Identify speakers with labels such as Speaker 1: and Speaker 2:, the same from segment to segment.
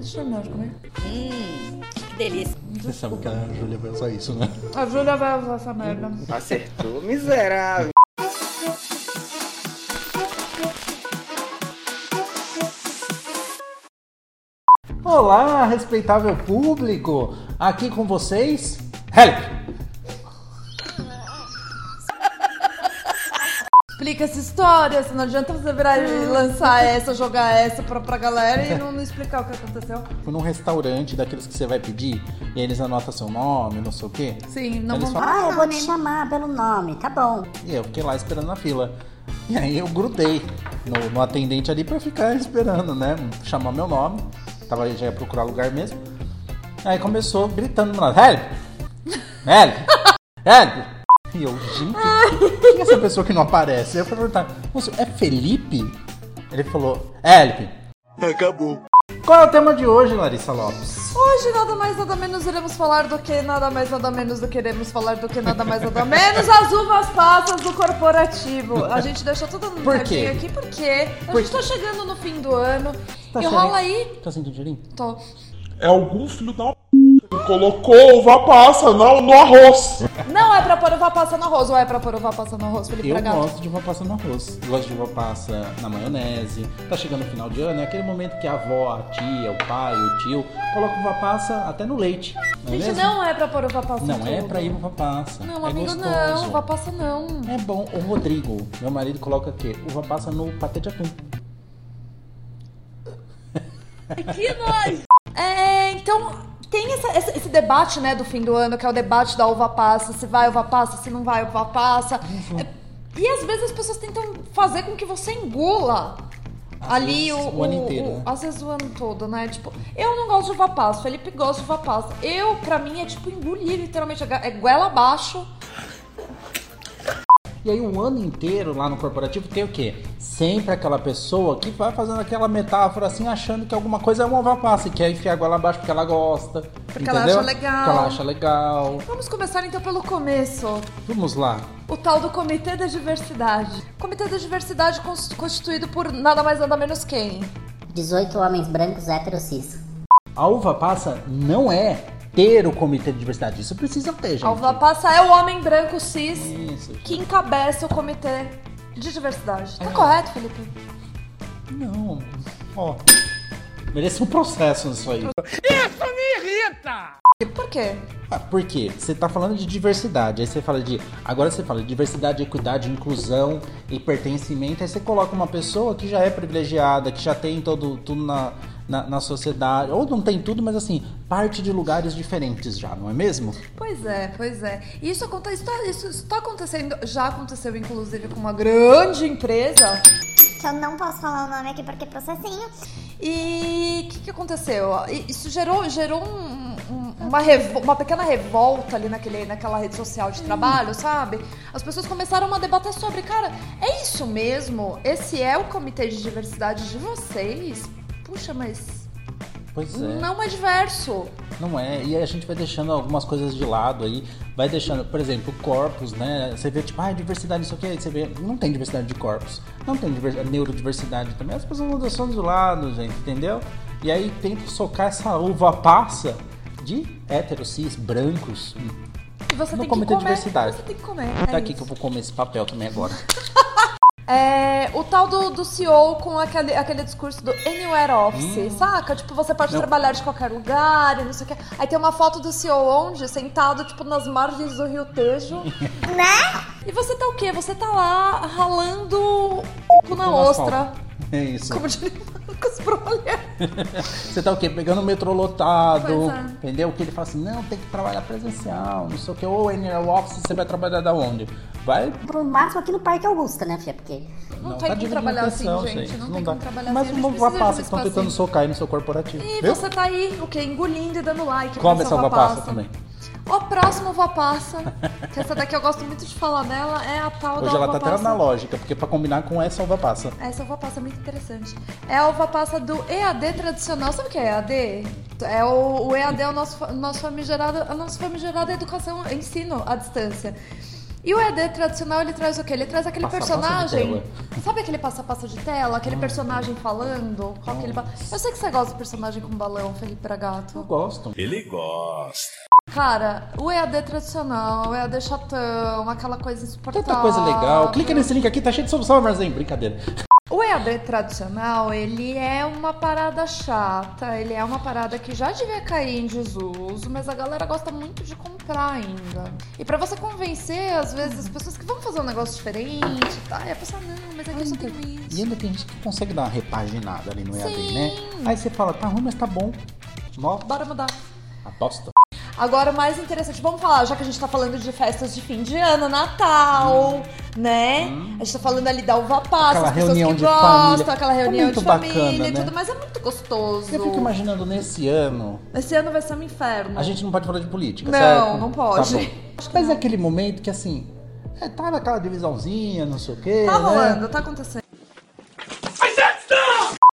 Speaker 1: Isso é melhor de comer.
Speaker 2: Hum, que delícia.
Speaker 3: Você sabe que a Júlia vai usar isso, né?
Speaker 1: A Júlia vai usar essa merda.
Speaker 4: Acertou, miserável.
Speaker 3: Olá, respeitável público! Aqui com vocês, Help!
Speaker 1: Explica essa história, senão não adianta você virar e lançar essa, jogar essa pra, pra galera e não, não explicar o que aconteceu.
Speaker 3: Fui num restaurante daqueles que você vai pedir e eles anotam seu nome, não sei o quê.
Speaker 1: Sim, não
Speaker 3: Eles
Speaker 1: vamos.
Speaker 3: falam-
Speaker 5: Ah, eu
Speaker 6: é
Speaker 5: vou te chamar pelo nome, tá bom.
Speaker 3: E eu fiquei lá esperando na fila. E aí eu grudei no, no atendente ali pra ficar esperando, né? Chamar meu nome. Tava já ia procurar lugar mesmo. Aí começou gritando no lado, Help! Help! Help! E eu, gente, quem é essa pessoa que não aparece? Aí Eu fui perguntar, moço, é Felipe? Ele falou, Help!
Speaker 4: Acabou.
Speaker 3: Qual é o tema de hoje, Larissa Lopes?
Speaker 1: Hoje, nada mais, nada menos, iremos falar do que nada mais, nada menos do que iremos falar do que nada mais, nada menos as uvas passas do corporativo. A gente deixa tudo no
Speaker 3: Por
Speaker 1: cantinho
Speaker 3: quê?
Speaker 1: aqui porque a
Speaker 3: Por
Speaker 1: gente tá chegando no fim do ano.
Speaker 3: Tá
Speaker 1: e rola
Speaker 3: cheirinho?
Speaker 1: aí.
Speaker 3: Tá sentindo cheirinho?
Speaker 1: Tô.
Speaker 7: É algum filho da p... que colocou uva passa no, no arroz.
Speaker 1: Não é pra pôr uva passa no arroz, ou é pra pôr uva passa no arroz, Felipe
Speaker 3: Eu
Speaker 1: Bragato?
Speaker 3: gosto de uva passa no arroz. Gosto de uva passa na maionese. Tá chegando o final de ano, é aquele momento que a avó, a tia, o pai, o tio colocam uva passa até no leite. Não é
Speaker 1: Gente,
Speaker 3: mesmo?
Speaker 1: não é pra pôr uva passa
Speaker 3: Não
Speaker 1: em
Speaker 3: é
Speaker 1: tudo.
Speaker 3: pra ir uva passa.
Speaker 1: Não,
Speaker 3: é
Speaker 1: amigo,
Speaker 3: gostoso.
Speaker 1: não. Uva passa não.
Speaker 3: É bom. O Rodrigo, meu marido, coloca o quê? Uva passa no patê de atum.
Speaker 2: Que nojo.
Speaker 1: É, então tem essa- essa- esse debate, né, do fim do ano, que é o debate da uva passa, se vai uva passa, se não vai uva passa.
Speaker 3: Uhum.
Speaker 1: É, e às vezes as pessoas tentam fazer com que você engula
Speaker 3: Às
Speaker 1: ali
Speaker 3: vezes,
Speaker 1: o,
Speaker 3: o ano inteiro, né?
Speaker 1: às vezes o ano todo, né? Tipo, eu não gosto de uva passa, o Felipe gosta de uva passa. Eu, pra mim, é tipo engolir, literalmente, é ga- é goela abaixo.
Speaker 3: E aí o ano inteiro lá no corporativo tem o quê? Sempre aquela pessoa que vai fazendo aquela metáfora assim, achando que alguma coisa é uma uva passa e quer enfiar a goela abaixo porque ela gosta.
Speaker 1: Porque ela
Speaker 3: entendeu?
Speaker 1: acha legal.
Speaker 3: Porque ela acha legal.
Speaker 1: Vamos começar então pelo começo.
Speaker 3: Vamos lá.
Speaker 1: O tal do Comitê da Diversidade. Comitê da Diversidade cons- constituído por nada mais nada menos quem?
Speaker 5: 18 homens brancos heterocis.
Speaker 3: A uva passa não é ter o comitê de diversidade. Isso precisa ter, gente.
Speaker 1: A uva passa é o homem branco cis
Speaker 3: Isso. gente.
Speaker 1: que encabeça o Comitê de Diversidade. Tá correto, Felipe?
Speaker 3: Não. Ó. Merece um processo nisso aí.
Speaker 1: Por quê?
Speaker 3: Ah, por quê? Você tá falando de diversidade, aí você fala de. Agora você fala de diversidade, equidade, inclusão e pertencimento, aí você coloca uma pessoa que já é privilegiada, que já tem todo, tudo na, na, na sociedade, ou não tem tudo, mas assim, parte de lugares diferentes já, não é mesmo?
Speaker 1: Pois é, pois é. E Isso, aconte- isso, tá, isso, isso tá acontecendo, já aconteceu inclusive com uma grande empresa.
Speaker 6: que eu não posso falar o nome aqui porque é processinho.
Speaker 1: E o que, que aconteceu? I- Isso gerou, gerou um- um- uma, revo- uma pequena revolta ali naquele, naquela rede social de trabalho, sabe? As pessoas começaram a debater sobre, cara, é isso mesmo? Esse é o comitê de diversidade de vocês? Puxa, mas
Speaker 3: Pois é.
Speaker 1: não é diverso.
Speaker 3: Não é, e a gente vai deixando algumas coisas de lado aí, vai deixando, por exemplo, corpos, né? Você vê tipo, ah, diversidade, isso aqui, aí você vê, não tem diversidade de corpos, não tem diver- neurodiversidade também, as pessoas vão deixando de lado, gente, entendeu? E aí tenta socar essa uva passa de héteros, cis, brancos.
Speaker 1: E você
Speaker 3: No
Speaker 1: tem que
Speaker 3: comitê
Speaker 1: comer.
Speaker 3: de diversidade.
Speaker 1: Você tem que comer.
Speaker 3: tá
Speaker 1: é
Speaker 3: aqui
Speaker 1: isso.
Speaker 3: que eu vou comer esse papel também agora.
Speaker 1: É, o tal do, do CEO com aquele, aquele discurso do anywhere office, saca? Tipo, você pode
Speaker 3: Hum. Não.
Speaker 1: trabalhar de qualquer lugar e não sei o quê. Aí tem uma foto do CEO onde? Sentado, tipo, nas margens do Rio Tejo. né? E você tá o quê? Você tá lá ralando o cu na
Speaker 3: Tô
Speaker 1: ostra.
Speaker 3: falta. É isso.
Speaker 1: Como diria Marcos Brolha.
Speaker 3: Você tá o quê? Pegando o metrô lotado,
Speaker 1: Pois é.
Speaker 3: entendeu? Que ele fala assim, não, tem que trabalhar presencial, não sei o quê. Ou em office, você vai trabalhar da onde? Vai
Speaker 5: Pro um máximo aqui no Parque Augusta, né, filha? Porque
Speaker 1: Não tem como
Speaker 3: tá dividindo
Speaker 1: trabalhar
Speaker 3: atenção,
Speaker 1: assim, gente, não tem como trabalhar
Speaker 3: Mas
Speaker 1: assim, a
Speaker 3: uma
Speaker 1: gente precisa
Speaker 3: uva
Speaker 1: de um
Speaker 3: passa que estão tá tentando
Speaker 1: espacinho.
Speaker 3: socar aí no seu corporativo.
Speaker 1: E
Speaker 3: Viu?
Speaker 1: você tá aí, o quê? Engolindo e dando like.
Speaker 3: Come
Speaker 1: pra
Speaker 3: essa uva passa também.
Speaker 1: O próximo uva passa, que essa daqui eu gosto muito de falar dela, é a tal da
Speaker 3: Hoje ela
Speaker 1: uva
Speaker 3: tá até
Speaker 1: passa.
Speaker 3: analógica, porque pra combinar com essa é uva passa.
Speaker 1: Essa uva passa é muito interessante. É a uva passa do EAD tradicional. Sabe o que é EAD? É o, o EAD é o nosso, fa- nosso famigerado, a nossa famigerada educação, ensino à distância. E o ED tradicional, ele traz o quê? Ele traz aquele
Speaker 3: Passa-passa de Hum.
Speaker 1: personagem. Sabe aquele passa-passa de tela? Aquele personagem falando? com aquele ba- Eu sei que você gosta do personagem com balão, Felipe Bragato.
Speaker 3: Eu gosto.
Speaker 8: Ele gosta.
Speaker 1: Cara, o EAD tradicional, o EAD chatão, aquela coisa insuportável.
Speaker 3: Tanta coisa legal. Clica nesse link aqui, tá cheio de solução, armazém. Brincadeira.
Speaker 1: O EAD tradicional, ele é uma parada chata, ele é uma parada que já devia cair em desuso, mas a galera gosta muito de comprar ainda. E pra você convencer, às vezes, as pessoas que vão fazer um negócio diferente, tá? E a pessoa, não, mas aqui eu só tenho
Speaker 3: E
Speaker 1: isso.
Speaker 3: ainda tem gente que consegue dar uma repaginada ali no EAD,
Speaker 1: Sim.
Speaker 3: né? Aí você fala, tá ruim, mas tá bom. Nó,
Speaker 1: Bora mudar.
Speaker 3: a bosta.
Speaker 1: Agora, o mais interessante, vamos falar, já que a gente tá falando de festas de fim de ano, Natal, né? A gente tá falando ali da uva passa,
Speaker 3: Hum. Aquela
Speaker 1: as pessoas
Speaker 3: reunião
Speaker 1: que
Speaker 3: de
Speaker 1: gostam,
Speaker 3: família.
Speaker 1: aquela
Speaker 3: É
Speaker 1: reunião
Speaker 3: muito
Speaker 1: de família
Speaker 3: bacana,
Speaker 1: e
Speaker 3: né?
Speaker 1: tudo mais, é muito gostoso.
Speaker 3: Eu fico imaginando nesse ano,
Speaker 1: Esse ano vai ser um inferno.
Speaker 3: a gente não pode falar de política,
Speaker 1: Não,
Speaker 3: certo?
Speaker 1: não pode.
Speaker 3: Tá bom. mas é aquele momento que assim, é, tá naquela divisãozinha, não sei o quê.
Speaker 1: Tá
Speaker 3: né?
Speaker 1: rolando, tá acontecendo.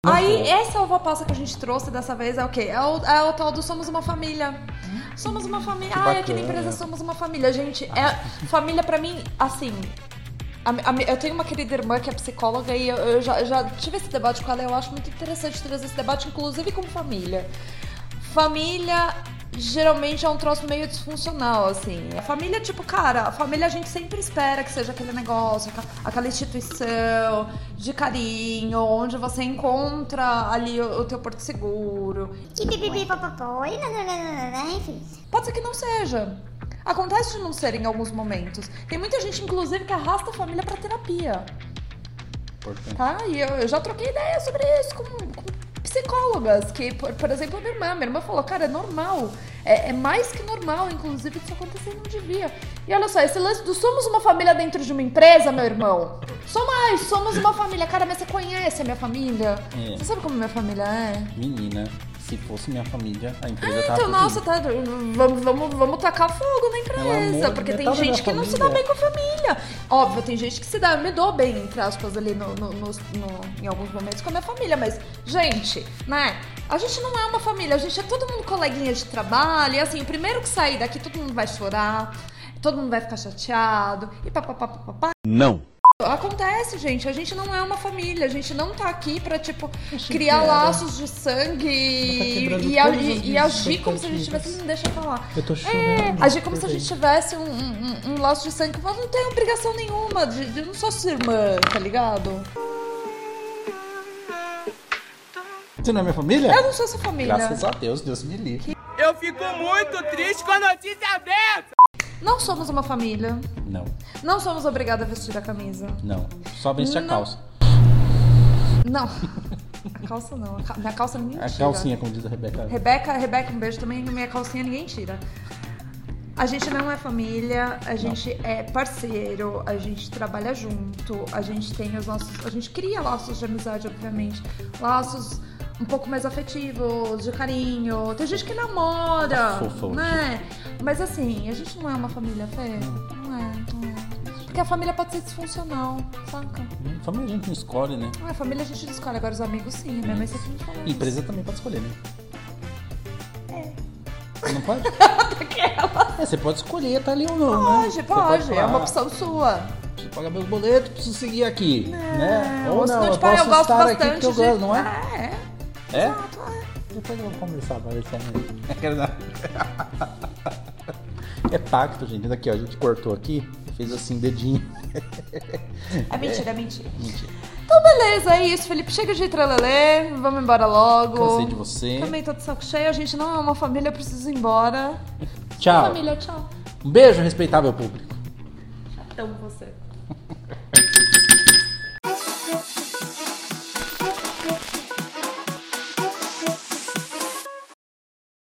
Speaker 1: Aí, essa uva passa que a gente trouxe dessa vez é o quê? É o, é o tal do Somos uma Família. Somos uma família. Ai, aqui na
Speaker 3: bacana.
Speaker 1: empresa Somos uma Família. Gente, é, família pra mim, assim. a- a- eu tenho uma querida irmã que é psicóloga e eu, eu já, eu já tive esse debate com ela. e Eu acho muito interessante trazer esse debate, inclusive com família. Família geralmente é um troço meio disfuncional, assim. A família, tipo, cara, a família a gente sempre espera que seja aquele negócio, aqua- aquela instituição de carinho, onde você encontra ali o, o teu porto seguro.
Speaker 6: E
Speaker 5: é.
Speaker 6: pipipi, popopó, e nananana, enfim.
Speaker 1: Pode ser que não seja. Acontece de não ser em alguns momentos. Tem muita gente, inclusive, que arrasta a família pra terapia.
Speaker 3: Importante.
Speaker 1: Tá? E eu, eu já troquei ideia sobre isso com, com psicólogas, que, por, por exemplo, a minha irmã. Minha irmã falou, cara, é normal. É, é mais que normal, inclusive, isso acontecer e não devia. E olha só, esse lance do somos uma família dentro de uma empresa, meu irmão. Sou mais, somos uma família. Cara, mas você conhece a minha família?
Speaker 3: É.
Speaker 1: Você sabe como minha família é?
Speaker 3: Menina, se fosse minha família, a empresa tava
Speaker 1: Então,
Speaker 3: fodida.
Speaker 1: nossa, tá, vamos, vamos, vamos tacar fogo na
Speaker 3: Ela
Speaker 1: empresa,
Speaker 3: amou
Speaker 1: porque tem
Speaker 3: metade da
Speaker 1: gente que não se dá
Speaker 3: família.
Speaker 1: bem com a família. Óbvio, tem gente que se dá, eu me dou bem, entre aspas, ali no, no- no- no- em alguns momentos com a minha família, mas, gente, né? A gente não é uma família, a gente é todo mundo coleguinha de trabalho, e assim, o primeiro que sair daqui, todo mundo vai chorar, todo mundo vai ficar chateado, e papapá, papapá.
Speaker 8: Não.
Speaker 1: Acontece, gente. A gente não é uma família. A gente não tá aqui pra, tipo, criar
Speaker 3: que era. Tá
Speaker 1: laços de sangue e,
Speaker 3: quebrando
Speaker 1: e,
Speaker 3: todas as
Speaker 1: e- e
Speaker 3: minhas
Speaker 1: agir como se a gente
Speaker 3: expectativas.
Speaker 1: tivesse. Não, deixa eu falar.
Speaker 3: Eu tô chorando.
Speaker 1: É, agir como se a gente tivesse um, um- um- um laço de sangue. Mas não tem obrigação nenhuma. De, de- eu não sou sua irmã, tá ligado? tá-
Speaker 3: Você não é minha família?
Speaker 1: Eu não sou sua família.
Speaker 3: Graças a Deus, Deus me livre.
Speaker 9: Eu fico muito triste com a notícia dessa!
Speaker 1: Não somos uma família.
Speaker 3: Não,
Speaker 1: Não somos obrigados a vestir a camisa.
Speaker 3: não. Só veste a
Speaker 1: Não.
Speaker 3: calça.
Speaker 1: Não. A calça não. A ca- Minha calça ninguém
Speaker 3: A
Speaker 1: tira.
Speaker 3: calcinha, como diz a Rebeca.
Speaker 1: Rebeca, Rebeca, um beijo também. Minha calcinha ninguém tira. A gente não é família, a gente é parceiro, a gente trabalha junto, a gente tem os nossos. A gente cria laços de amizade, obviamente. Laços um pouco mais afetivos, de carinho. Tem gente que namora.
Speaker 3: Tá fofa hoje.
Speaker 1: né? Mas assim, a gente não é uma família, Fê. Não é, não é. Porque a família pode ser disfuncional, saca?
Speaker 3: Hum, Família a gente não escolhe, né?
Speaker 1: Ah, a família a gente escolhe, agora os amigos sim, né? Mas sempre a gente fala.
Speaker 3: Empresa também pode escolher, né? É. Não pode? É, você pode escolher, tá ali ou não. né?
Speaker 1: Pode,
Speaker 3: Você
Speaker 1: pode,
Speaker 3: falar,
Speaker 1: é uma opção sua.
Speaker 3: "Ah, Preciso pagar meus boletos, preciso seguir aqui. né? Ou
Speaker 1: Ou
Speaker 3: não,
Speaker 1: senão,
Speaker 3: eu
Speaker 1: tipo, ah,
Speaker 3: posso
Speaker 1: eu gosto
Speaker 3: estar aqui
Speaker 1: bastante
Speaker 3: porque eu
Speaker 1: de-
Speaker 3: gosto, não é?
Speaker 1: Ah, é.
Speaker 3: É? Depois eu vou conversar pra ver se é mesmo. Quero dar- É pacto, gente. Daqui, ó, a gente cortou aqui, fez assim, dedinho.
Speaker 1: É mentira, é mentira. Então, beleza, é isso, Felipe. Chega de tralelê, vamos embora logo.
Speaker 3: Cansei de você.
Speaker 1: Também tô de saco cheio, a gente não é uma família, eu preciso ir embora.
Speaker 3: Tchau.
Speaker 1: Família, tchau.
Speaker 3: Um beijo, respeitável público.
Speaker 1: Amo você.